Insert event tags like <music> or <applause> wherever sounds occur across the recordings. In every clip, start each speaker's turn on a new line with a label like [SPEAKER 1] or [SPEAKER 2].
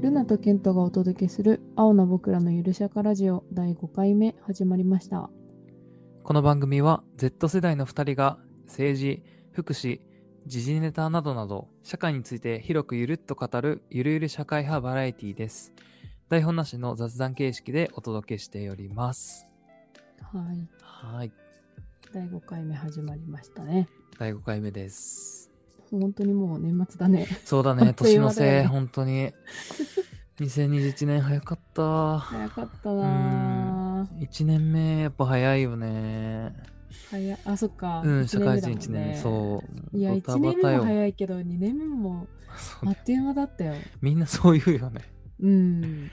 [SPEAKER 1] ルナとケントがお届けする青な僕らのゆるしゃかラジオ第5回目始まりました。
[SPEAKER 2] この番組は Z 世代の2人が政治、福祉、時事ネタなどなど社会について広くゆるっと語るゆるゆる社会派バラエティです。台本なしの雑談形式でお届けしております。
[SPEAKER 1] はい。
[SPEAKER 2] はい。
[SPEAKER 1] 第5回目始まりましたね。
[SPEAKER 2] 第5回目です。
[SPEAKER 1] 本当にもう年末だね。
[SPEAKER 2] そうだ
[SPEAKER 1] あ
[SPEAKER 2] ね、
[SPEAKER 1] っとい
[SPEAKER 2] 年
[SPEAKER 1] う間
[SPEAKER 2] の
[SPEAKER 1] だよ
[SPEAKER 2] せい、
[SPEAKER 1] ね
[SPEAKER 2] 本当に。2021年早かっ
[SPEAKER 1] <laughs>
[SPEAKER 2] た。
[SPEAKER 1] 早かったなぁ。
[SPEAKER 2] 1年目やっぱ早いよね。
[SPEAKER 1] 早あ、そっか。
[SPEAKER 2] うん、社会人
[SPEAKER 1] 一
[SPEAKER 2] 1年目、そう。
[SPEAKER 1] いや、
[SPEAKER 2] バ
[SPEAKER 1] 1
[SPEAKER 2] タ
[SPEAKER 1] 年
[SPEAKER 2] バタ
[SPEAKER 1] 目
[SPEAKER 2] よ
[SPEAKER 1] も早いけど、2年目も
[SPEAKER 2] そう
[SPEAKER 1] あ
[SPEAKER 2] ね
[SPEAKER 1] っという間だったよ。
[SPEAKER 2] みんなそう言うよね。
[SPEAKER 1] うん。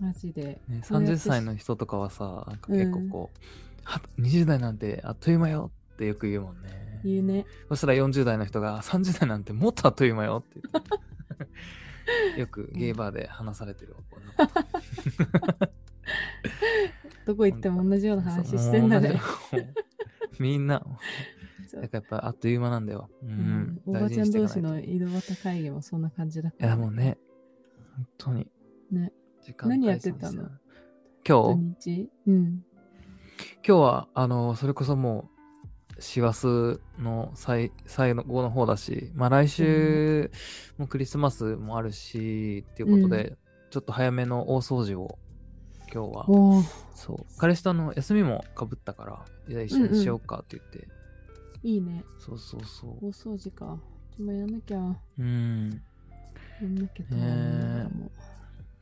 [SPEAKER 1] マジで。
[SPEAKER 2] ね、
[SPEAKER 1] そうやって
[SPEAKER 2] 30歳の人とかはさなんか結構こう、は20代なんてあっという間よってよく言うもんね
[SPEAKER 1] 言うね。
[SPEAKER 2] そしたら40代の人が30代なんてもっとあっという間よって言っ
[SPEAKER 1] <laughs>
[SPEAKER 2] てよくゲイバーで話されてるわこんなこと
[SPEAKER 1] どこ行っても同じような <laughs> 話してんだね。
[SPEAKER 2] そうもう同じみんな
[SPEAKER 1] そう
[SPEAKER 2] だからやっぱあっという間なんだようん、
[SPEAKER 1] うんおば
[SPEAKER 2] 大事
[SPEAKER 1] ち
[SPEAKER 2] に
[SPEAKER 1] ゃん
[SPEAKER 2] して
[SPEAKER 1] 同士
[SPEAKER 2] いかないと
[SPEAKER 1] の井戸端会議もそんな感じだっ
[SPEAKER 2] い
[SPEAKER 1] た。
[SPEAKER 2] やもうね本当に
[SPEAKER 1] ね
[SPEAKER 2] 時間
[SPEAKER 1] 何やって
[SPEAKER 2] 大切
[SPEAKER 1] たの
[SPEAKER 2] ですよ
[SPEAKER 1] 土
[SPEAKER 2] 今日
[SPEAKER 1] 日うん。
[SPEAKER 2] 今日はあのそれこそもう師走の最最後の方だし、まあ、来週もクリスマスもあるしっていうことで、ちょっと早めの大掃除を今日は
[SPEAKER 1] おお、
[SPEAKER 2] そう彼氏とあの休みもかぶったからじゃあ一緒にしようかって言って、
[SPEAKER 1] いいね。
[SPEAKER 2] そうそうそ
[SPEAKER 1] 大掃除か。こっちもやんなきゃ。や
[SPEAKER 2] ううん
[SPEAKER 1] んなきゃと思いながらも。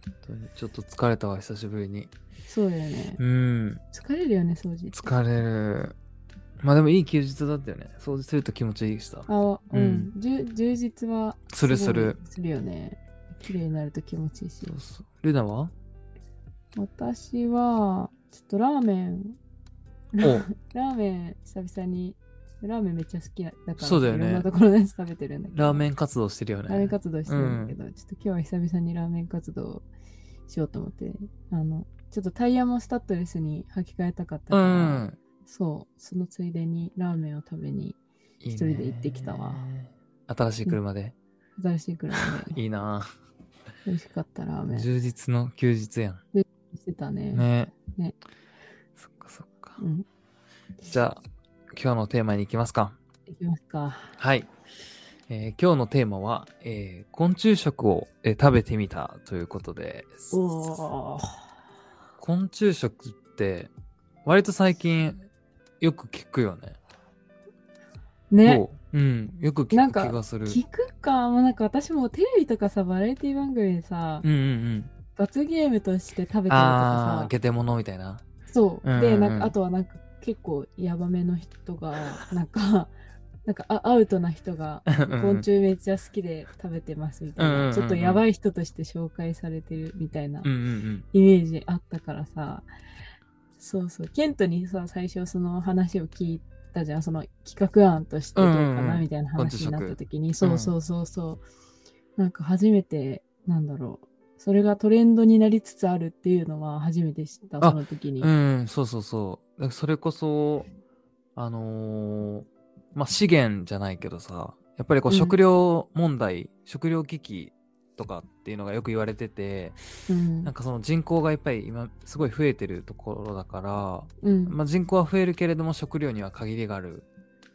[SPEAKER 2] 本当にちょっと疲れたわ久しぶりに
[SPEAKER 1] そうだよね。
[SPEAKER 2] うん
[SPEAKER 1] 疲れるよね、掃除って。
[SPEAKER 2] 疲れるまあでもいい休日だったよね掃除すると気持ちいいしさ
[SPEAKER 1] あ、う
[SPEAKER 2] う
[SPEAKER 1] ん。
[SPEAKER 2] ん
[SPEAKER 1] じゅ充実は
[SPEAKER 2] するする
[SPEAKER 1] ごいするよね。綺麗になると気持ちいいし
[SPEAKER 2] そ。うそうルナは
[SPEAKER 1] 私は、ちょっとラーメン、
[SPEAKER 2] お
[SPEAKER 1] ラーメン久々に、ラーメンめっちゃ好きだから、
[SPEAKER 2] そうだよ
[SPEAKER 1] い
[SPEAKER 2] ね
[SPEAKER 1] ろんなところで食べてるんだけど。
[SPEAKER 2] ラーメン活動してるよね。
[SPEAKER 1] ラーメン活動してるんだけど、ちょっと今日は久々にラーメン活動をしようと思って、あの、ちょっとタイヤもスタッドレスに履き替えたかったか
[SPEAKER 2] う
[SPEAKER 1] ら、
[SPEAKER 2] ん。
[SPEAKER 1] そう、そのついでにラーメンを食べに、
[SPEAKER 2] 一
[SPEAKER 1] 一人で行ってきたわ。
[SPEAKER 2] 新しい車で。
[SPEAKER 1] 新しいくらいで、
[SPEAKER 2] いいなあ
[SPEAKER 1] 美味しかったラーメンし
[SPEAKER 2] 充実の休日や
[SPEAKER 1] てたね。
[SPEAKER 2] ん。ね。
[SPEAKER 1] ね
[SPEAKER 2] そっかそっか。
[SPEAKER 1] うん、
[SPEAKER 2] じゃあ、今日のテーマに行きますか。
[SPEAKER 1] いきますか。
[SPEAKER 2] はい。えー今日のテーマは、えー昆虫食を、えー食べてみたということです。
[SPEAKER 1] おー
[SPEAKER 2] 昆虫食って、割と最近よく聞くよね。
[SPEAKER 1] ね。
[SPEAKER 2] どううん。よく
[SPEAKER 1] な
[SPEAKER 2] 聞
[SPEAKER 1] んか
[SPEAKER 2] く気がする。
[SPEAKER 1] 聞くか、もうなんか私もテレビとかさ、バラエティ番組でさ、
[SPEAKER 2] うんうん
[SPEAKER 1] 罰ゲームとして食べたり
[SPEAKER 2] うん。
[SPEAKER 1] と
[SPEAKER 2] ああ
[SPEAKER 1] か
[SPEAKER 2] ー、ゲテモノみたいな。
[SPEAKER 1] さ、そう。
[SPEAKER 2] うんうん
[SPEAKER 1] で、
[SPEAKER 2] うん
[SPEAKER 1] なんか、あとはなんか、結構ヤバめの人
[SPEAKER 2] <laughs>
[SPEAKER 1] が、なんか、なんかあアウトな人が、昆虫めっちゃ好きで食べてますみたい
[SPEAKER 2] うんうんうんう
[SPEAKER 1] な、
[SPEAKER 2] ん
[SPEAKER 1] ちょっとやばい人として紹介されてるみたいな
[SPEAKER 2] うんうんうん。
[SPEAKER 1] イメージあったからさ、そうそう、ケントにさ、最初その話を聞いたじゃん、その企画案としてどうか
[SPEAKER 2] うんうんう
[SPEAKER 1] なんみたいな話になった時に、
[SPEAKER 2] 昆
[SPEAKER 1] そう
[SPEAKER 2] 虫食
[SPEAKER 1] そうそうそう、なんか初めて、なんだろう、それがトレンドになりつつあるっていうのは初めて知った、
[SPEAKER 2] あ
[SPEAKER 1] その時に。
[SPEAKER 2] うん、そうそうそう。だからそれこそ、あのーまあ、資源じゃないけどさ、やっぱりこう
[SPEAKER 1] うん
[SPEAKER 2] 食料問題、食料危機とかっていうのがよく言われてて、
[SPEAKER 1] うん
[SPEAKER 2] なんかその人口がやっぱり今すごい増えてるところだから、
[SPEAKER 1] うん
[SPEAKER 2] まあ、人口は増えるけれども食料には限りがある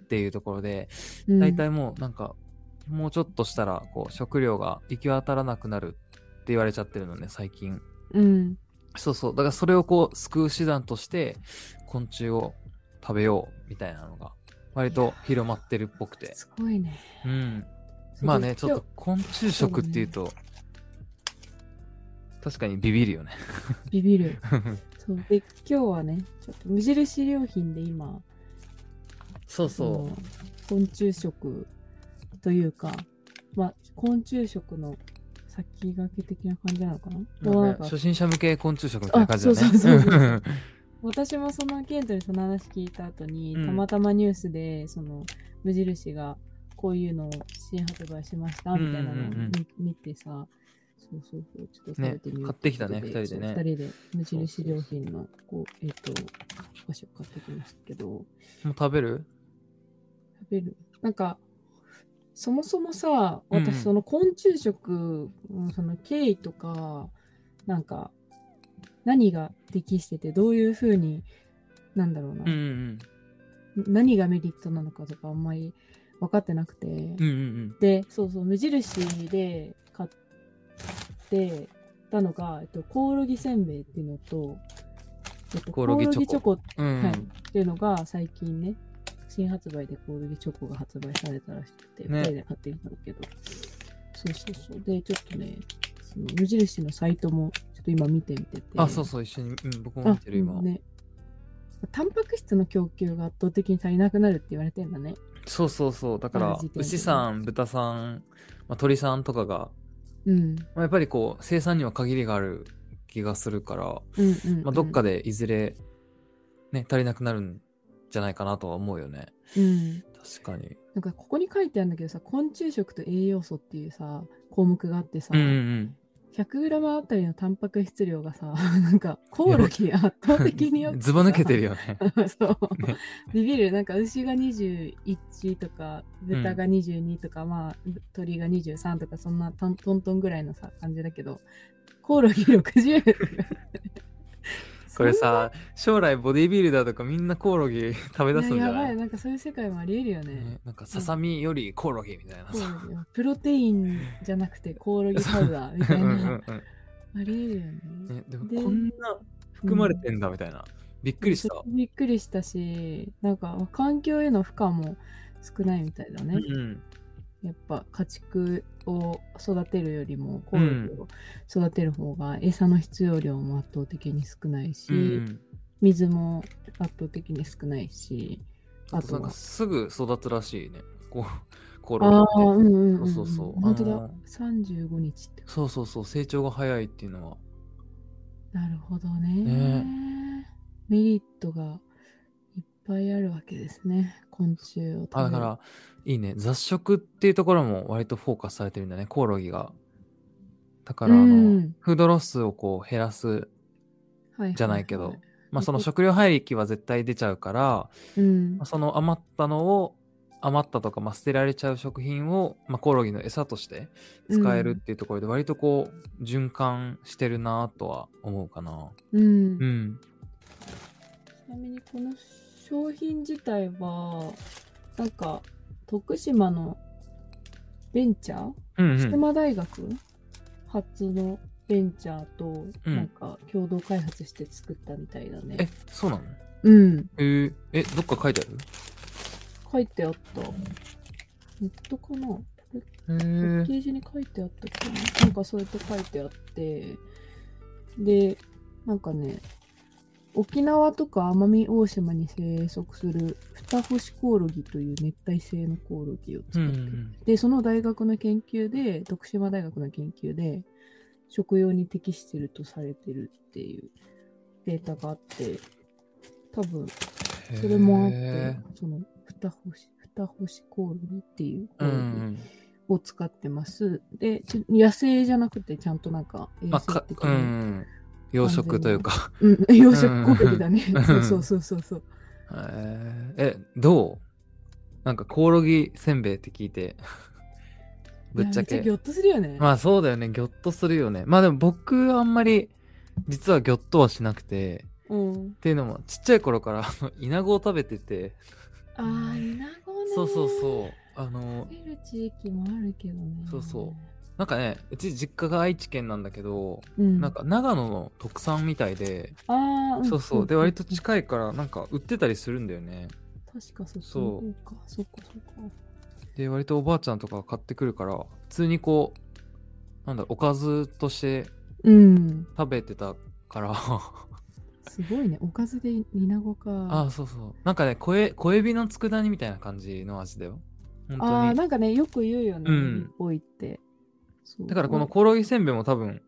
[SPEAKER 2] っていうところで、
[SPEAKER 1] うん
[SPEAKER 2] 大体もうなんか、もうちょっとしたらこう食料が行き渡らなくなるって言われちゃってるのね、最近。
[SPEAKER 1] うん
[SPEAKER 2] そうそう。だからそれをこう、救う手段として、昆虫を食べようみたいなのが、割と広まってるっぽくて。
[SPEAKER 1] すごいね。
[SPEAKER 2] うん。
[SPEAKER 1] すごい
[SPEAKER 2] まあね、ちょっと昆虫食っていうと、確かにビビるよね。
[SPEAKER 1] ビビ
[SPEAKER 2] <laughs>
[SPEAKER 1] る。そうで今日はねちょっと無印良品で今
[SPEAKER 2] そう
[SPEAKER 1] その昆虫食というか、まあ、昆虫食の先駆け的な感じなのかな,ま
[SPEAKER 2] な
[SPEAKER 1] あ、
[SPEAKER 2] ん
[SPEAKER 1] なん
[SPEAKER 2] か
[SPEAKER 1] か
[SPEAKER 2] 初心者向け昆虫食みたいな感じだね。
[SPEAKER 1] あそうそう
[SPEAKER 2] <laughs>
[SPEAKER 1] そうそうん私もそのケントにその話聞いた後に、
[SPEAKER 2] うん
[SPEAKER 1] たまたまニュースでその無印がこういうのを新発売しましたみたいなのを
[SPEAKER 2] うんうん
[SPEAKER 1] 見,、
[SPEAKER 2] うんうん
[SPEAKER 1] 見てさそうそうそうちょっと食べてみよう、
[SPEAKER 2] ね買ってきたね二人で
[SPEAKER 1] そ
[SPEAKER 2] ね
[SPEAKER 1] う二人で無印良品のこうえっ、とお菓子を買ってきましたけど
[SPEAKER 2] もう食べる
[SPEAKER 1] 食べるなんかそもそもさ、
[SPEAKER 2] うんうん
[SPEAKER 1] 私、その昆虫食のその経緯とか、なんか、何が適してて、どういうふうに、なんだろうな、
[SPEAKER 2] うんうん
[SPEAKER 1] 何がメリットなのかとか、あんまり分かってなくて、
[SPEAKER 2] うんうん
[SPEAKER 1] で、そうそう、無印で買ってたのが、えっと、コオロギせんべいっていうのと、えっと、
[SPEAKER 2] コオロギチョコ
[SPEAKER 1] コオロギチョコ
[SPEAKER 2] うんうん
[SPEAKER 1] はい、っていうのが最近ね、新発売でコオロギチョコが発売されたらしくて、
[SPEAKER 2] ね
[SPEAKER 1] 2人で買ってきたんだけど、そうそうそう。で、ちょっとね、その無印のサイトもちょっと今見てみてて。
[SPEAKER 2] あそうそう一緒に、うん、僕も
[SPEAKER 1] あ
[SPEAKER 2] 見てる今、
[SPEAKER 1] うんね。タンパク質の供給が圧倒的に足りなくなるって言われてんだね。
[SPEAKER 2] そうそうそうだから
[SPEAKER 1] 同じ点でね
[SPEAKER 2] 牛さん豚さん、まあ、鳥さんとかが、
[SPEAKER 1] うん。
[SPEAKER 2] まあ、やっぱりこう生産には限りがある気がするから、
[SPEAKER 1] うんうんうん、
[SPEAKER 2] まあ、どっかでいずれね足りなくなるんじゃないかなとは思うよね
[SPEAKER 1] うん。
[SPEAKER 2] 確かに
[SPEAKER 1] なんかここに書いてあるんだけどさ、昆虫食と栄養素っていうさ、項目があってさ、
[SPEAKER 2] うんうん
[SPEAKER 1] 100g あたりのタンパク質量がさ、 <laughs> なんかコオロギ圧倒的に
[SPEAKER 2] う
[SPEAKER 1] よ
[SPEAKER 2] ん
[SPEAKER 1] く
[SPEAKER 2] ずば抜けてるよ <laughs> ね
[SPEAKER 1] <laughs> そう、
[SPEAKER 2] ね
[SPEAKER 1] ビビるなんか牛が21とか豚が22とか、まあ鳥が23とかそんなトントントンぐらいのさ感じだけどコオロギ60
[SPEAKER 2] これさ将来ボディービルダーとかみんなコオロギ <laughs> 食べ
[SPEAKER 1] そんな
[SPEAKER 2] 出すんじゃ
[SPEAKER 1] や
[SPEAKER 2] な
[SPEAKER 1] ば
[SPEAKER 2] い
[SPEAKER 1] いなんかそういう世界もありえるよね
[SPEAKER 2] ねなんかささみよりコオロギみたいな
[SPEAKER 1] コオ
[SPEAKER 2] さ
[SPEAKER 1] ロギプロテインじゃなくてコオロギパウダーみたい
[SPEAKER 2] うんう
[SPEAKER 1] なん
[SPEAKER 2] うん
[SPEAKER 1] ありえるよね
[SPEAKER 2] ね、でも
[SPEAKER 1] で
[SPEAKER 2] こんな含まれてんだみたいな、びっくりした、
[SPEAKER 1] うんびっくりしたしなんか環境への負荷も少ないみたいだね、
[SPEAKER 2] うん、
[SPEAKER 1] やっぱ家畜を育てるよりもコオロギを育てる方が餌の必要量も圧倒的に少ないし、
[SPEAKER 2] うん、
[SPEAKER 1] 水も圧倒的に少ないし
[SPEAKER 2] あ
[SPEAKER 1] あ
[SPEAKER 2] とな
[SPEAKER 1] と
[SPEAKER 2] んか
[SPEAKER 1] は
[SPEAKER 2] すぐ育つらしいねこうコオ
[SPEAKER 1] あ
[SPEAKER 2] ロ
[SPEAKER 1] あ
[SPEAKER 2] ギ
[SPEAKER 1] ー
[SPEAKER 2] っ
[SPEAKER 1] う
[SPEAKER 2] て
[SPEAKER 1] んうん、うん、
[SPEAKER 2] そうそうそう
[SPEAKER 1] 本当
[SPEAKER 2] あ
[SPEAKER 1] だ
[SPEAKER 2] のー
[SPEAKER 1] 35日って
[SPEAKER 2] そうそうそう成長が早いっていうのは
[SPEAKER 1] なるほどね
[SPEAKER 2] ね
[SPEAKER 1] メリットがいっぱいあるわけですね昆虫を食べる
[SPEAKER 2] あだからいいね雑食っていうところも割とフォーカスされてるんだねコオロギがだからあの、
[SPEAKER 1] うん
[SPEAKER 2] フードロスをこう減らす
[SPEAKER 1] ははは
[SPEAKER 2] じゃないけど、まあ、その
[SPEAKER 1] うん
[SPEAKER 2] 食料廃棄は絶対出ちゃうから、
[SPEAKER 1] うん
[SPEAKER 2] まあ、その余ったのを余ったとか、まあ、捨てられちゃう食品を、まあ、コオロギの餌として使えるっていうところで割とこう循環してるなとは思うかな。
[SPEAKER 1] うん
[SPEAKER 2] うん。
[SPEAKER 1] ちなみにこの商品自体はなんか徳島のベンチャー
[SPEAKER 2] うん
[SPEAKER 1] 筑
[SPEAKER 2] うん。
[SPEAKER 1] 波大学発のベンチャーと
[SPEAKER 2] うん
[SPEAKER 1] なんか共同開発して作ったみたいだ
[SPEAKER 2] え
[SPEAKER 1] ね。、
[SPEAKER 2] そうなの
[SPEAKER 1] うん、
[SPEAKER 2] えー、え、どっか書いてあ
[SPEAKER 1] 書いてあった。ネットかな
[SPEAKER 2] る
[SPEAKER 1] パ
[SPEAKER 2] へ
[SPEAKER 1] ッケージに書いてあったっけななんかそうやって書いてあってでなんかね沖縄とか奄美大島に生息するフタホシコオロギという熱帯性のコオロギを
[SPEAKER 2] うん
[SPEAKER 1] 使って、でその大学の研究で徳島大学の研究で食用に適してるとされてるっていうデータがあって多分
[SPEAKER 2] うん。
[SPEAKER 1] それもあっ
[SPEAKER 2] へ
[SPEAKER 1] てそのフタホシフタホシコオロギっていうコ
[SPEAKER 2] ーう
[SPEAKER 1] オ
[SPEAKER 2] ん
[SPEAKER 1] ロギ、を使ってます。で、ち野生じゃなくて、ちゃんとなんか
[SPEAKER 2] う
[SPEAKER 1] 衛
[SPEAKER 2] ん。まあ、
[SPEAKER 1] 生
[SPEAKER 2] か、
[SPEAKER 1] 的
[SPEAKER 2] う
[SPEAKER 1] に、
[SPEAKER 2] ん。養殖というか。
[SPEAKER 1] うん、養殖コオロギだね
[SPEAKER 2] うん。
[SPEAKER 1] そうそうそうそうそう。
[SPEAKER 2] へー <laughs> え、どうなんかコオロギせんべいって聞いて。ぶ
[SPEAKER 1] いやめ
[SPEAKER 2] っちゃ
[SPEAKER 1] っちゃ
[SPEAKER 2] け
[SPEAKER 1] ぎ。ょっとするよね。
[SPEAKER 2] まあそうだよね。ぎょっとするよね。まあでも僕はあんまり、実はぎょっとはしなくて。
[SPEAKER 1] うん
[SPEAKER 2] っ、ていうのも、ちっちゃい頃から、あの、稲子を食べてて。
[SPEAKER 1] ああ、イナゴね。
[SPEAKER 2] そうそうそう。あの、
[SPEAKER 1] 食べる地域もあるけどね。
[SPEAKER 2] そうそなんかね、うち実家が愛知県なんだけど、
[SPEAKER 1] う。うん、
[SPEAKER 2] なんか長野の特産みたいで、
[SPEAKER 1] ああ、
[SPEAKER 2] そうそう。で、割と
[SPEAKER 1] 確
[SPEAKER 2] 近いから、なんか売ってたりするんだよね。
[SPEAKER 1] かそっち
[SPEAKER 2] そ
[SPEAKER 1] の
[SPEAKER 2] う
[SPEAKER 1] 方か。そっかそっか。
[SPEAKER 2] で、割とおばあちゃんとかが買ってくるから、普通にこう、なんだろうおかずとして
[SPEAKER 1] うん。
[SPEAKER 2] 食べてたから、
[SPEAKER 1] すごいね。おかずでイナゴか。
[SPEAKER 2] あそうそう。なんかね、小え小エビの佃煮みたいな感じの味だよ。本
[SPEAKER 1] あー、
[SPEAKER 2] 当に。
[SPEAKER 1] なんかね、よく言うよね。
[SPEAKER 2] うん
[SPEAKER 1] エビっぽいって。そう
[SPEAKER 2] だからこの、コオロギせんべいも多分、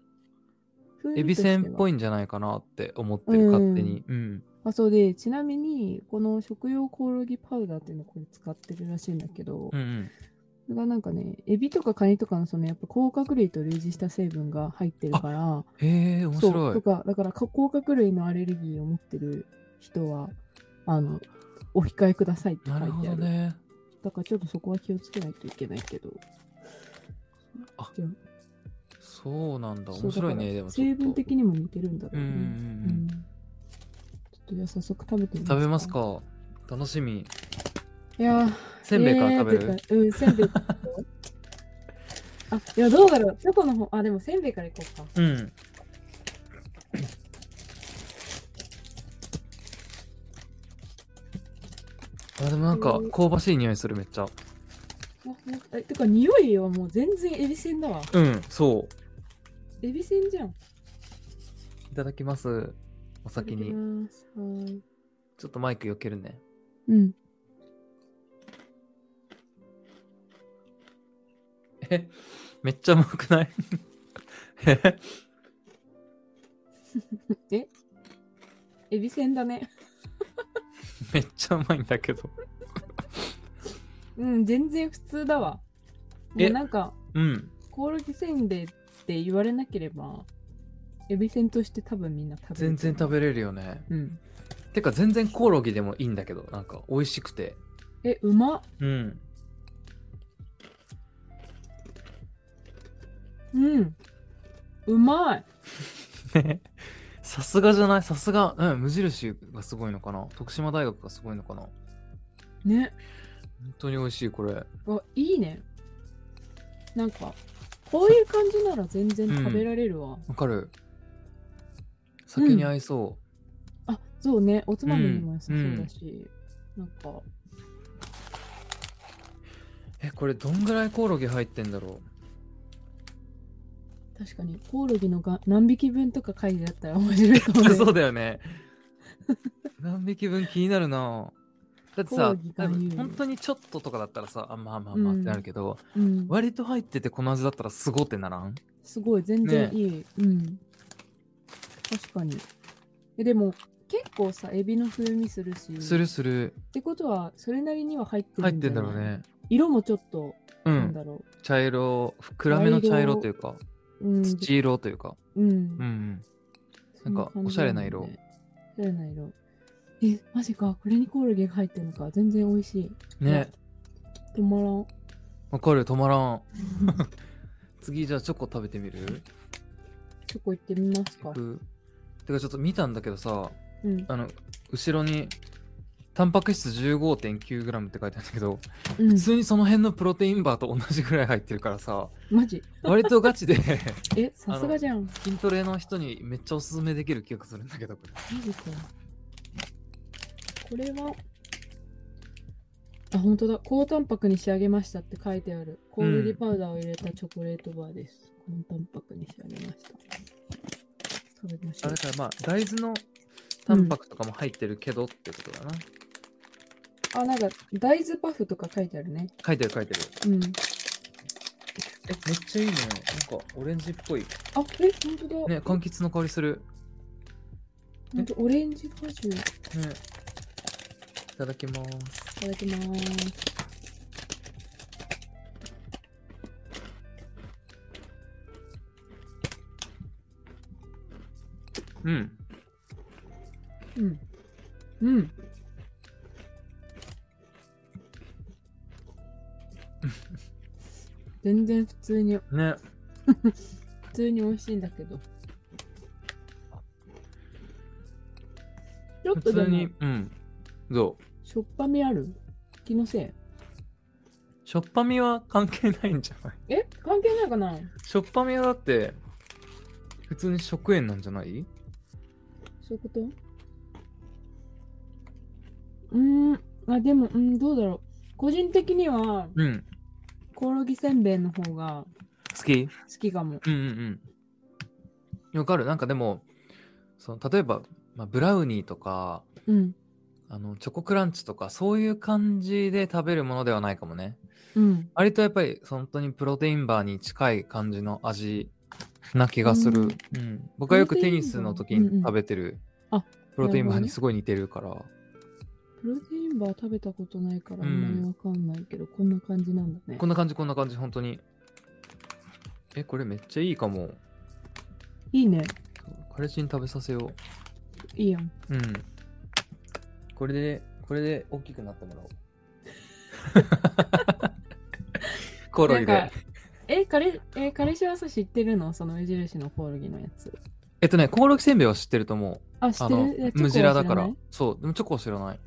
[SPEAKER 2] エビせんっぽ
[SPEAKER 1] い
[SPEAKER 2] いんじゃないかなって思ってる、勝手に。うん。
[SPEAKER 1] あそうでちなみにこの食用コオロギパウダーっていうのをこれ使ってるらしいんだけど、
[SPEAKER 2] うんうん。
[SPEAKER 1] それがなんかねエビとかカニとかのそのやっぱ甲殻類と類似した成分が入ってるから
[SPEAKER 2] へえ、面
[SPEAKER 1] そ
[SPEAKER 2] 白
[SPEAKER 1] うと
[SPEAKER 2] い。
[SPEAKER 1] かだからか甲殻類のアレルギーを持ってる人はあのお控えくださいって書
[SPEAKER 2] ない
[SPEAKER 1] てあ
[SPEAKER 2] る
[SPEAKER 1] る
[SPEAKER 2] ほどね。
[SPEAKER 1] だからちょっとそこは気をつけないといけないけど。
[SPEAKER 2] あ
[SPEAKER 1] じゃあ
[SPEAKER 2] そうなんだ。
[SPEAKER 1] そう
[SPEAKER 2] 面白い
[SPEAKER 1] だから
[SPEAKER 2] ね。でもちょっ
[SPEAKER 1] 成
[SPEAKER 2] と
[SPEAKER 1] 分的にも似てるんだろうね。
[SPEAKER 2] うんうんうんうん
[SPEAKER 1] うんちょっとじゃあ早速食べてみ
[SPEAKER 2] 食べますか楽しみ。
[SPEAKER 1] いやー
[SPEAKER 2] せんべいから食べ
[SPEAKER 1] えー、
[SPEAKER 2] る
[SPEAKER 1] ってかうん、せんべい。あ、いや、どうだろう。チョコの方、あ、でもせんべいからいこうか。
[SPEAKER 2] うん。あ、でもなんか香ばしい匂いするめっちゃ。
[SPEAKER 1] あなんかえてか、匂いはもう全然エビせんだわ。
[SPEAKER 2] うん、そ。
[SPEAKER 1] エビせんじゃん。いう
[SPEAKER 2] いただきます。お
[SPEAKER 1] ただき
[SPEAKER 2] 先に。
[SPEAKER 1] ますはーい。
[SPEAKER 2] ちょっとマイク避けるね。
[SPEAKER 1] うん。
[SPEAKER 2] え、めっちゃうまく
[SPEAKER 1] <laughs>
[SPEAKER 2] ないえ
[SPEAKER 1] えエビせんだね。
[SPEAKER 2] めっちゃうまいんだけど。
[SPEAKER 1] うん、全然普通だわ。
[SPEAKER 2] え
[SPEAKER 1] え、なんか、
[SPEAKER 2] うん。
[SPEAKER 1] コオロギせんべいって言われなければ、エビせんとして多分みんな食べる。
[SPEAKER 2] 全然食べれるよね。
[SPEAKER 1] べうん。
[SPEAKER 2] てか全然コオロギでもいいんだけど、なんか美味しくて。
[SPEAKER 1] え、うまっ。
[SPEAKER 2] うん。
[SPEAKER 1] うん。うまい。
[SPEAKER 2] ね <laughs> さすがじゃないさすが、うん、無印がすごいのかな徳島大学がすごいのかな本
[SPEAKER 1] ね。
[SPEAKER 2] 当に美味しいこれ
[SPEAKER 1] あいいねなんかこういう感じなら全然食べられるわ、
[SPEAKER 2] わかる酒に合いそ
[SPEAKER 1] あそうねおつまみにも良さそうだし、なんか
[SPEAKER 2] う、えこれどんぐらいコオロギ入ってんだろ
[SPEAKER 1] 確かにコオロギのが何匹分とか書いてあったら面白いかも
[SPEAKER 2] う
[SPEAKER 1] ね
[SPEAKER 2] <laughs> そうだ
[SPEAKER 1] <laughs>
[SPEAKER 2] よね何匹分気になるなだって
[SPEAKER 1] コオ
[SPEAKER 2] さ
[SPEAKER 1] ロギ
[SPEAKER 2] 多
[SPEAKER 1] が言う
[SPEAKER 2] 分本当にちょっととかだったらさあまあまあまあっ
[SPEAKER 1] うん
[SPEAKER 2] てなるけど、
[SPEAKER 1] うん、
[SPEAKER 2] 割と入っててこの味だったらすごってならん
[SPEAKER 1] すごい全然
[SPEAKER 2] ね
[SPEAKER 1] いい、うん確かにえでも結構さエビの風味するし
[SPEAKER 2] するする
[SPEAKER 1] ってことはそれなりには入ってる
[SPEAKER 2] 入っ
[SPEAKER 1] んじ
[SPEAKER 2] て
[SPEAKER 1] ゃ
[SPEAKER 2] ん
[SPEAKER 1] ない
[SPEAKER 2] だろうね
[SPEAKER 1] 色もちょっと、
[SPEAKER 2] う
[SPEAKER 1] なん
[SPEAKER 2] ん
[SPEAKER 1] だろ
[SPEAKER 2] 茶色暗めの茶色というか
[SPEAKER 1] ううん
[SPEAKER 2] 土色というか
[SPEAKER 1] うん、
[SPEAKER 2] うんうん
[SPEAKER 1] そん感じ
[SPEAKER 2] なんかおしゃれな色
[SPEAKER 1] だねおしゃれな色。え、マジか。これにコオロギが入ってるのか。全然美味しい。
[SPEAKER 2] ね
[SPEAKER 1] 止まらん。
[SPEAKER 2] わかる止まらん <laughs> 次じゃあチョコ食べてみる
[SPEAKER 1] チョコいってみますか。
[SPEAKER 2] 僕てかちょっと見たんだけどさ
[SPEAKER 1] うん。
[SPEAKER 2] あの後ろにタンパク質 15.9g って書いてあるんだけど、
[SPEAKER 1] うん
[SPEAKER 2] 普通にその辺のプロテインバーと同じぐらい入ってるからさ
[SPEAKER 1] マジ。
[SPEAKER 2] 割とガチ <laughs> で
[SPEAKER 1] え、さすがじゃん。マ
[SPEAKER 2] 筋トレの人にめっちゃおすすめできる気がするんだけどこれ
[SPEAKER 1] ジか。これは。あ、本当だ。高タンパクに仕上げましたって書いてある。コオロギパウダーを入れたチョコレートバーです。高タンパクに仕上げました。食べまし
[SPEAKER 2] あ
[SPEAKER 1] ょう
[SPEAKER 2] だ。からまあ大豆のタンパクとかも入ってるけどってことだな、
[SPEAKER 1] あ、なんか、大豆パフとか書いてあるね。
[SPEAKER 2] 書いてる書いてる
[SPEAKER 1] うん。
[SPEAKER 2] えめっちゃいいねなんかオレンジっぽい
[SPEAKER 1] あ、え、本当だ。
[SPEAKER 2] ね柑橘の香りする
[SPEAKER 1] ほんとオレンジ果汁い
[SPEAKER 2] ね。いただきます。
[SPEAKER 1] ただきます。
[SPEAKER 2] うん。
[SPEAKER 1] うん。うん。 <laughs> 全然普通に、普
[SPEAKER 2] ね。
[SPEAKER 1] 通に美味しいんだけど。ちょっ
[SPEAKER 2] 普
[SPEAKER 1] とで
[SPEAKER 2] 通
[SPEAKER 1] も
[SPEAKER 2] に、、うん。どう
[SPEAKER 1] しょっぱみある気のせい。
[SPEAKER 2] しょっぱみは関係ないんじゃない
[SPEAKER 1] え関係ないかな
[SPEAKER 2] しょっぱみはだって、普通に食塩なんじゃない
[SPEAKER 1] そういうことうーん。あ、でも、うん、どうだろう。個人的には、
[SPEAKER 2] うん。
[SPEAKER 1] コオロギせんべいの方が
[SPEAKER 2] 好き
[SPEAKER 1] 好きかも。
[SPEAKER 2] うんうんうん。わかる。なんかでも、その例えば、まあ、ブラウニーとか、
[SPEAKER 1] うん。
[SPEAKER 2] あのチョコクランチとかそういう感じで食べるものではないかもね
[SPEAKER 1] うん。
[SPEAKER 2] 割とやっぱり本当にプロテインバーに近い感じの味な気がする、
[SPEAKER 1] う
[SPEAKER 2] うんん僕はよくテニスの時
[SPEAKER 1] プロテイ
[SPEAKER 2] に
[SPEAKER 1] ンバー
[SPEAKER 2] 食べてる
[SPEAKER 1] うんうんあ
[SPEAKER 2] プロテインバーにすごい似てるから
[SPEAKER 1] プロテインバー食べたことないからあ
[SPEAKER 2] うん
[SPEAKER 1] んまりわかんないけど、こんな感じなんだね
[SPEAKER 2] こ。んな感じこんな感じ本当にえこれめっちゃいいかも
[SPEAKER 1] いいね。
[SPEAKER 2] 彼氏に食べさせよ
[SPEAKER 1] いいやん。 <laughs>
[SPEAKER 2] ううんこれでこれで大きくなってもらおうコオロギ
[SPEAKER 1] なん
[SPEAKER 2] で
[SPEAKER 1] か。え、彼、え、彼氏はさ、知ってるのその目印のコオロギのやつ。
[SPEAKER 2] えっとね、コオロギせんべいは知ってると思う。
[SPEAKER 1] あ、知
[SPEAKER 2] あ
[SPEAKER 1] って
[SPEAKER 2] の
[SPEAKER 1] るいや、チョコは
[SPEAKER 2] ムジラだか
[SPEAKER 1] 知
[SPEAKER 2] ら
[SPEAKER 1] ない。
[SPEAKER 2] そう、でもチョコは知らない。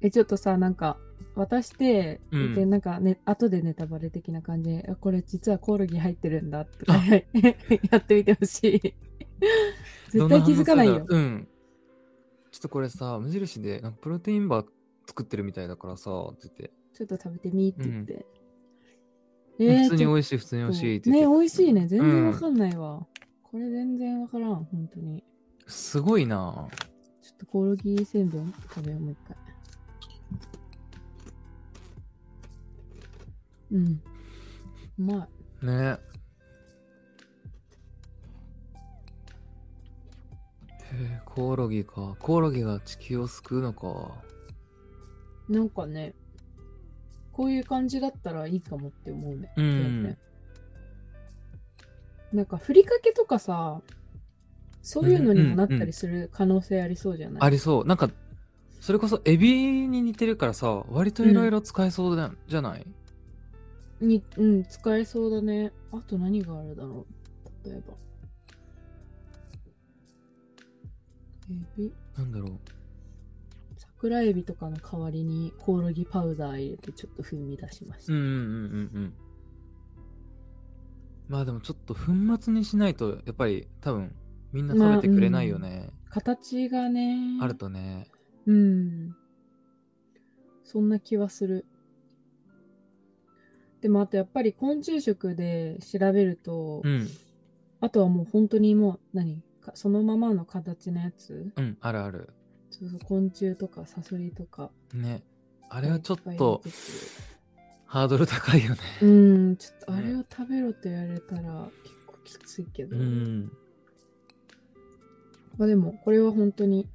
[SPEAKER 1] え、ちょっとさ、なんか、渡して、
[SPEAKER 2] うん
[SPEAKER 1] で、なんか、ね、後でネタバレ的な感じで、あこれ実はコオロギ入ってるんだとか、
[SPEAKER 2] <laughs>
[SPEAKER 1] やってみてほしい。絶対気づかない
[SPEAKER 2] どん
[SPEAKER 1] よ
[SPEAKER 2] 話だ。ろううん。ちょっとこれさ、無印でなんかプロテインバー作ってるみたいだからさ、って言って。
[SPEAKER 1] ちょっと食べてみって言って。えー
[SPEAKER 2] 普通
[SPEAKER 1] ち
[SPEAKER 2] に美味しい、普通に美
[SPEAKER 1] ょっと
[SPEAKER 2] 味しいって言
[SPEAKER 1] ね、
[SPEAKER 2] って。
[SPEAKER 1] 美味しいね。全然わかんないわ。これ全然わからん、本当に。
[SPEAKER 2] すごいなぁ
[SPEAKER 1] ちょっとコオロギせんべい食べよう、もう一回。うん。うまい。
[SPEAKER 2] ねへえコオロギか。コオロギが地球を救うのか。
[SPEAKER 1] なんかね、こういう感じだったらいいかもって思うね。
[SPEAKER 2] うん
[SPEAKER 1] 全然なんか、ふりかけとかさ、そういうのにもなったりする可能性ありそうじゃない、
[SPEAKER 2] ありそう。なんか、それこそエビに似てるからさ、割といろいろ使えそうだ、じゃない
[SPEAKER 1] に、うん、使えそうだね。あと何があるだろう例えば。エビ
[SPEAKER 2] なんだろう。
[SPEAKER 1] 桜エビとかの代わりにコオロギパウダー入れてちょっと風味出しまし
[SPEAKER 2] う
[SPEAKER 1] た。
[SPEAKER 2] んうんうんうんうんまあでもちょっと粉末にしないとやっぱり多分みんな食べてくれないよね、
[SPEAKER 1] 形がね。
[SPEAKER 2] あるとね
[SPEAKER 1] うん。そんな気はする。でもあとやっぱり昆虫食で調べると、
[SPEAKER 2] うん
[SPEAKER 1] あとはもう本当にもう何かそのままの形のやつ
[SPEAKER 2] うんあるある
[SPEAKER 1] そうそう昆虫とかサソリとか
[SPEAKER 2] ねあれはちょっ
[SPEAKER 1] いぱい
[SPEAKER 2] と
[SPEAKER 1] 出てくる
[SPEAKER 2] ハードル高いよね
[SPEAKER 1] うん、ちょっとあ
[SPEAKER 2] ね
[SPEAKER 1] れを食べろと言われたら結構きついけど、
[SPEAKER 2] うん
[SPEAKER 1] まあでもこれは本当に、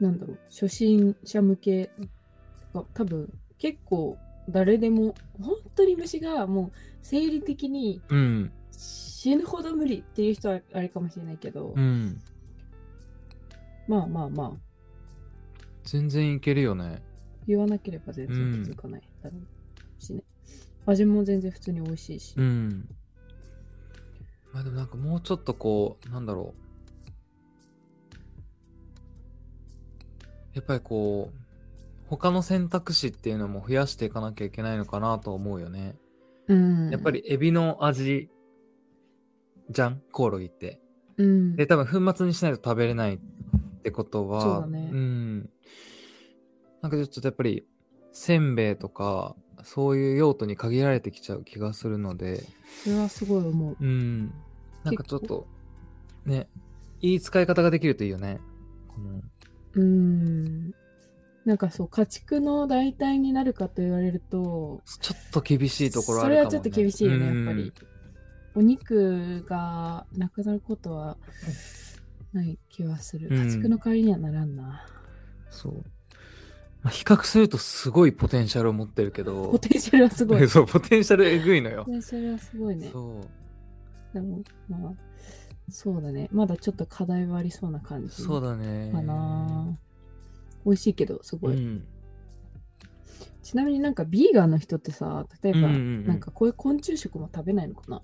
[SPEAKER 1] なんだろう、初心者向けが多分結構誰でも、本当に虫がもう生理的に
[SPEAKER 2] うん
[SPEAKER 1] 死ぬほど無理っていう人はあれかもしれないけど、
[SPEAKER 2] うん
[SPEAKER 1] まあまあまあ、
[SPEAKER 2] 全然いけるよね
[SPEAKER 1] 言わなければ全然気づかないだろうしね。味も全然普通に美味しいし。
[SPEAKER 2] うんまあでもなんかもうちょっとこうなんだろうやっぱりこう他の選択肢っていうのも増やしていかなきゃいけないのかなと思うよね、
[SPEAKER 1] うん。
[SPEAKER 2] やっぱ
[SPEAKER 1] り、
[SPEAKER 2] りエビの味じゃんコオロギって
[SPEAKER 1] うん
[SPEAKER 2] で、多分粉末にしないと食べれないってことは
[SPEAKER 1] そうだね
[SPEAKER 2] んなんかちょっとやっぱりせんべいとかそういう用途に限られてきちゃう気がするので
[SPEAKER 1] それはすごい思う。
[SPEAKER 2] うん。なんかちょっと、ね、いい使い方ができるといいよね。この
[SPEAKER 1] うん。なんかそう、家畜の代替になるかと言われると、
[SPEAKER 2] ちょっと厳しいところあ
[SPEAKER 1] そ
[SPEAKER 2] る
[SPEAKER 1] れ
[SPEAKER 2] かも、
[SPEAKER 1] はち
[SPEAKER 2] ね。
[SPEAKER 1] ょっと厳しいよね、やっぱ
[SPEAKER 2] うん
[SPEAKER 1] り。。お肉がなくなることはない気はする。
[SPEAKER 2] うん
[SPEAKER 1] 家畜の代わりにはならんな。
[SPEAKER 2] そう。まあ、比較するとすごいポテンシャルを持ってるけど。
[SPEAKER 1] ポ、テンシャルはすごい
[SPEAKER 2] <laughs> そう、ポテンシャルえぐいのよ
[SPEAKER 1] ポ。テンシャルはすごいね。
[SPEAKER 2] そう。
[SPEAKER 1] でも、まあ、そうだね。まだちょっと課題はありそうな感じ
[SPEAKER 2] そうだね。
[SPEAKER 1] かな。美味しいけど、す
[SPEAKER 2] う
[SPEAKER 1] ごい。
[SPEAKER 2] ん。
[SPEAKER 1] ちなみになんかビーガンの人ってさ、例えば、
[SPEAKER 2] うんうんうん
[SPEAKER 1] なんかこういう昆虫食も食べないのかな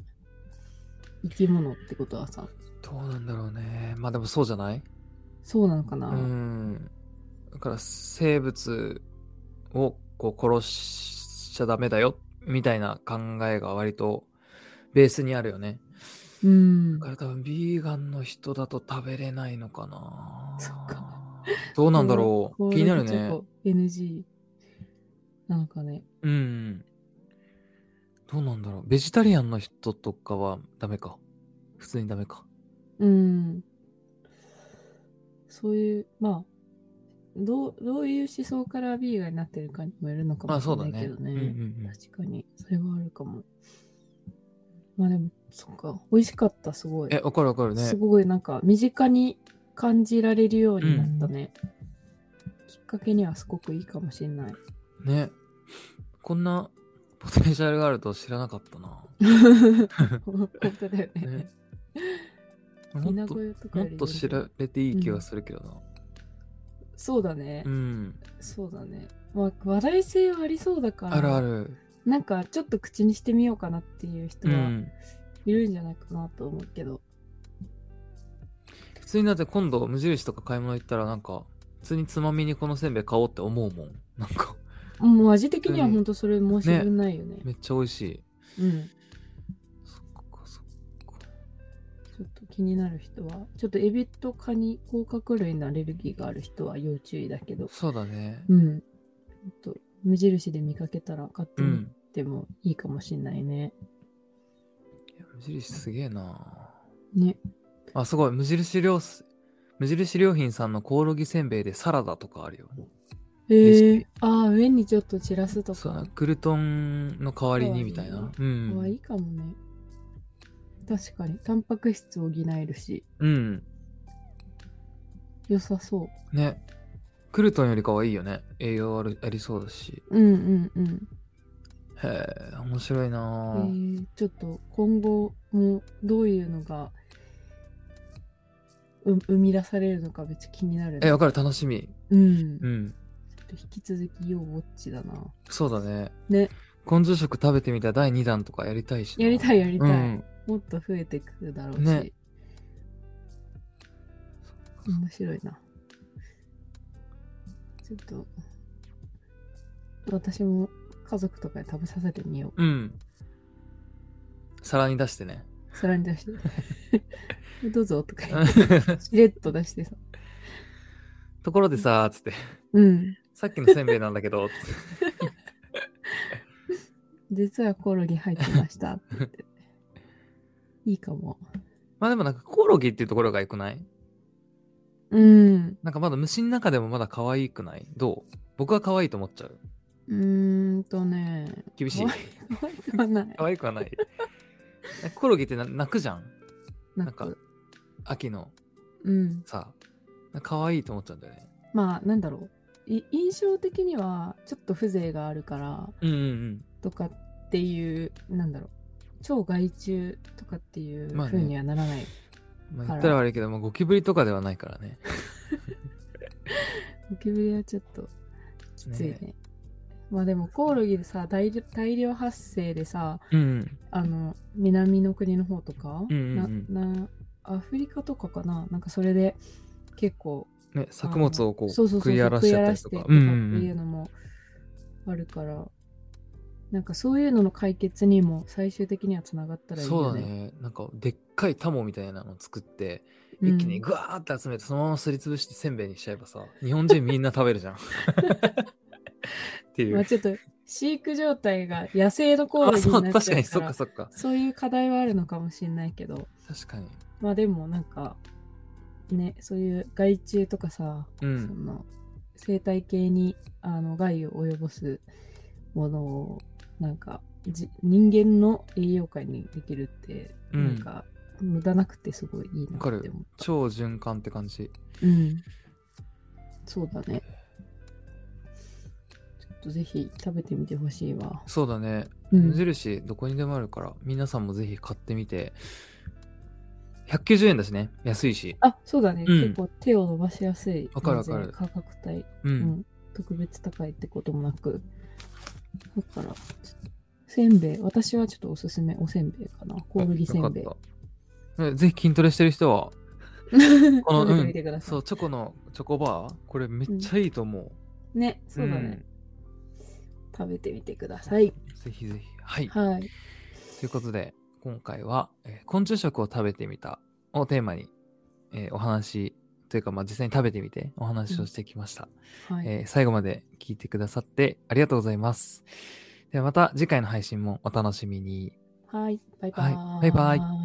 [SPEAKER 1] 生き物ってことはさ、
[SPEAKER 2] どうなんだろうね。まあでもそうじゃない
[SPEAKER 1] そうなのかな、
[SPEAKER 2] うん。だから生物をこう殺しちゃダメだよみたいな考えが割とベースにあるよね。
[SPEAKER 1] うん
[SPEAKER 2] だから多分ビーガンの人だと食べれないのかな。
[SPEAKER 1] そっか
[SPEAKER 2] どうなんだろう。気になる
[SPEAKER 1] ちょっ
[SPEAKER 2] ね。
[SPEAKER 1] と NG なのかね。
[SPEAKER 2] うん。どうなんだろう。ベジタリアンの人とかはダメか。普通にダメか。
[SPEAKER 1] うん。そういう、まあ、どうどういう思想からビーガンになってるかにもよるのか
[SPEAKER 2] ま
[SPEAKER 1] も
[SPEAKER 2] あ
[SPEAKER 1] し
[SPEAKER 2] そ
[SPEAKER 1] れ
[SPEAKER 2] うだ
[SPEAKER 1] ない
[SPEAKER 2] ね。
[SPEAKER 1] け
[SPEAKER 2] う
[SPEAKER 1] ど
[SPEAKER 2] ん
[SPEAKER 1] ね。
[SPEAKER 2] うん
[SPEAKER 1] 確かに、それはあるかも。まあでも、そっか、美味しかった、すご
[SPEAKER 2] う
[SPEAKER 1] い
[SPEAKER 2] ん、。え、わかるわかるね
[SPEAKER 1] す。ごいなんか身近に感じられるようになったね、きっかけにはすごくいいかもしれ
[SPEAKER 2] <laughs>
[SPEAKER 1] ない
[SPEAKER 2] ね。こんなポテンシャルがあると知らなかったな。
[SPEAKER 1] 本当だよね
[SPEAKER 2] <laughs> ね
[SPEAKER 1] 稲
[SPEAKER 2] もっと
[SPEAKER 1] 子屋とか
[SPEAKER 2] も
[SPEAKER 1] よ
[SPEAKER 2] っ
[SPEAKER 1] り
[SPEAKER 2] と知られていい気がするけどな。
[SPEAKER 1] そうだね、
[SPEAKER 2] うん。
[SPEAKER 1] そうだねまあ話題性はありそうだから
[SPEAKER 2] あるある。
[SPEAKER 1] なんかちょっと口にしてみようかなっていう人
[SPEAKER 2] う
[SPEAKER 1] が
[SPEAKER 2] ん。
[SPEAKER 1] いるんじゃないかなと思うけど、
[SPEAKER 2] 普通になって今度無印とか買い物行ったらなんか、普通につまみにこのせんべい買おうって思うもん。なんか、
[SPEAKER 1] もう味的には
[SPEAKER 2] うん
[SPEAKER 1] 本当それ申し分ないよね
[SPEAKER 2] めっちゃ美味しい。
[SPEAKER 1] うん
[SPEAKER 2] そっかそっか。
[SPEAKER 1] ちょっと気になる人はちょっとエビとカニ甲殻類のアレルギーがある人は要注意だけど
[SPEAKER 2] そうだね。
[SPEAKER 1] うんちょっと無印で見かけたら買って
[SPEAKER 2] う
[SPEAKER 1] み
[SPEAKER 2] ん。
[SPEAKER 1] てもいいかもしんないね、
[SPEAKER 2] いや無印すげえな
[SPEAKER 1] ね
[SPEAKER 2] あ、すごい。無印良す、無印良品さんのコオロギせんべいでサラダとかあるよ。
[SPEAKER 1] え
[SPEAKER 2] レシ
[SPEAKER 1] ー
[SPEAKER 2] ピ、
[SPEAKER 1] ああ上にちょっと散らすと
[SPEAKER 2] そうだ
[SPEAKER 1] か
[SPEAKER 2] なグルトンの代わりにみたいな。う
[SPEAKER 1] 可愛い
[SPEAKER 2] ん。
[SPEAKER 1] いかもね確かにタンパク質を補えるし
[SPEAKER 2] うん。
[SPEAKER 1] 良さそう
[SPEAKER 2] ね。クルトンよりかはいいよね。栄養あるありそうだし。
[SPEAKER 1] うんうんうん
[SPEAKER 2] へえ、面白い
[SPEAKER 1] え
[SPEAKER 2] なぁ、
[SPEAKER 1] ー、ちょっと今後もどういうのがう生み出されるのかめっちゃ気になる、
[SPEAKER 2] え、わかる楽しみ。
[SPEAKER 1] うん、
[SPEAKER 2] う
[SPEAKER 1] ちょ
[SPEAKER 2] ん。
[SPEAKER 1] っと引き続き要ウォッチだな
[SPEAKER 2] そうだね。
[SPEAKER 1] ね。
[SPEAKER 2] 根性食食べてみた第2弾とかやりたいしな。
[SPEAKER 1] やりたいやりたい、
[SPEAKER 2] うん。
[SPEAKER 1] もっと増えてくるだろうし、
[SPEAKER 2] ね
[SPEAKER 1] 面白いなちょっと私も家族とかに食べさせてみよう
[SPEAKER 2] うん。皿に出してね。
[SPEAKER 1] 皿に出して
[SPEAKER 2] <laughs>
[SPEAKER 1] 「どうぞ」とか言って
[SPEAKER 2] うん
[SPEAKER 1] しれっと出してさ
[SPEAKER 2] ところでさ、つって。
[SPEAKER 1] うん
[SPEAKER 2] さっきのせんべいなんだけど、つ <laughs> って
[SPEAKER 1] 実はコオロギ入ってましたって言って。いいかも。
[SPEAKER 2] まあでもなんかコオロギっていうところが良くない
[SPEAKER 1] うん。
[SPEAKER 2] なんかまだ虫の中でもまだ可愛くないどう僕は可愛いと思っちゃう。
[SPEAKER 1] うーんとね。
[SPEAKER 2] 厳しい
[SPEAKER 1] 可。愛くはない
[SPEAKER 2] 可。愛くはない。コオロギってな泣くじゃん
[SPEAKER 1] な
[SPEAKER 2] なんか
[SPEAKER 1] く、
[SPEAKER 2] 秋の
[SPEAKER 1] うん。
[SPEAKER 2] さ。なんか可愛いと思っちゃうんだよね。
[SPEAKER 1] まあ、なんだろう。い印象的には、ちょっと風情があるから、
[SPEAKER 2] うんうん
[SPEAKER 1] とかっていう、なんだろう。超害虫とかっていう
[SPEAKER 2] まあね
[SPEAKER 1] 風にはならない。
[SPEAKER 2] うん。まあ、言ったら悪いけど、まあ、ゴキブリとかではないからね。
[SPEAKER 1] ゴキブリはちょっときついね。
[SPEAKER 2] ね
[SPEAKER 1] まあでも、コオロギでさ大量、大量発生でさ、
[SPEAKER 2] うん
[SPEAKER 1] あの南の国の方とか、
[SPEAKER 2] うんうんうん
[SPEAKER 1] ななアフリカとかかななんかそれで結構
[SPEAKER 2] うん。ね、作物をこう、
[SPEAKER 1] そうそうそ
[SPEAKER 2] 食
[SPEAKER 1] う
[SPEAKER 2] い荒らしちゃったりと
[SPEAKER 1] 食い
[SPEAKER 2] か。
[SPEAKER 1] 荒
[SPEAKER 2] う
[SPEAKER 1] ら
[SPEAKER 2] ん
[SPEAKER 1] してと
[SPEAKER 2] う
[SPEAKER 1] かっていうんのもあるから、なんかそういうのの解決にも最終的にはつながった
[SPEAKER 2] うん。
[SPEAKER 1] らいい
[SPEAKER 2] そう
[SPEAKER 1] よ
[SPEAKER 2] だ
[SPEAKER 1] ね。
[SPEAKER 2] ね。なんか、でっかいタモみたいなのを作って、
[SPEAKER 1] うん
[SPEAKER 2] 一気にグワーって集めて、そのまますりつぶしてせんべいにしちゃえばさ、日本人みんな食
[SPEAKER 1] <laughs>
[SPEAKER 2] べるじゃん。ってい
[SPEAKER 1] ま
[SPEAKER 2] う
[SPEAKER 1] あ。ちょっと飼育状態が野生のコオロ
[SPEAKER 2] あ、
[SPEAKER 1] ギに
[SPEAKER 2] そ
[SPEAKER 1] な
[SPEAKER 2] う、
[SPEAKER 1] っちゃう
[SPEAKER 2] 確かに、そっ
[SPEAKER 1] ら
[SPEAKER 2] かそっか。
[SPEAKER 1] そういう課題はあるのかもしれないけど
[SPEAKER 2] 確かに。
[SPEAKER 1] まあでもなんかねそういう害虫とかさ
[SPEAKER 2] う
[SPEAKER 1] そ
[SPEAKER 2] ん。
[SPEAKER 1] の生態系にあの害を及ぼすものをなんかじ人間の栄養価にできるって、
[SPEAKER 2] うん
[SPEAKER 1] なんか無駄なくてすごいいいなって
[SPEAKER 2] わか
[SPEAKER 1] 思
[SPEAKER 2] る
[SPEAKER 1] った。
[SPEAKER 2] 超循環って感じ。
[SPEAKER 1] うん、そうだね。ちょっとぜひ食べてみてほしいわ。
[SPEAKER 2] そうだね。
[SPEAKER 1] うん、
[SPEAKER 2] 無印、どこにでもあるから、皆さんもぜひ買ってみて。190円だしね。安いし。
[SPEAKER 1] あそうだね、
[SPEAKER 2] うん
[SPEAKER 1] 結構手を伸ばしやすい。
[SPEAKER 2] わかるわかる
[SPEAKER 1] 価格帯、
[SPEAKER 2] う
[SPEAKER 1] うん
[SPEAKER 2] ん。
[SPEAKER 1] 特別高いってこともなく。だから、ちょっとせんべい、私はちょっとおすすめおせんべいかな。コオロギせんべい
[SPEAKER 2] よ。かったねぜひ筋トレしてる人は、こ
[SPEAKER 1] 食
[SPEAKER 2] の、
[SPEAKER 1] べ
[SPEAKER 2] う
[SPEAKER 1] てみてくだ
[SPEAKER 2] ん、
[SPEAKER 1] さい
[SPEAKER 2] そう、チョコの、チョコバーこれめっちゃいいと思う。
[SPEAKER 1] ね、そうだね、食べてみてください。
[SPEAKER 2] うん。ぜひぜひ。はい。
[SPEAKER 1] はい。
[SPEAKER 2] ということで、今回は、えー昆虫食を食べてみたをテーマに、えーお話というか、まあ、実際に食べてみてお話をしてきました、
[SPEAKER 1] はい。
[SPEAKER 2] えー最後まで聞いてくださってありがとうございます。ではまた次回の配信もお楽しみに。
[SPEAKER 1] はい。バイバ
[SPEAKER 2] は
[SPEAKER 1] ー
[SPEAKER 2] い
[SPEAKER 1] イ。
[SPEAKER 2] バイバ
[SPEAKER 1] イ。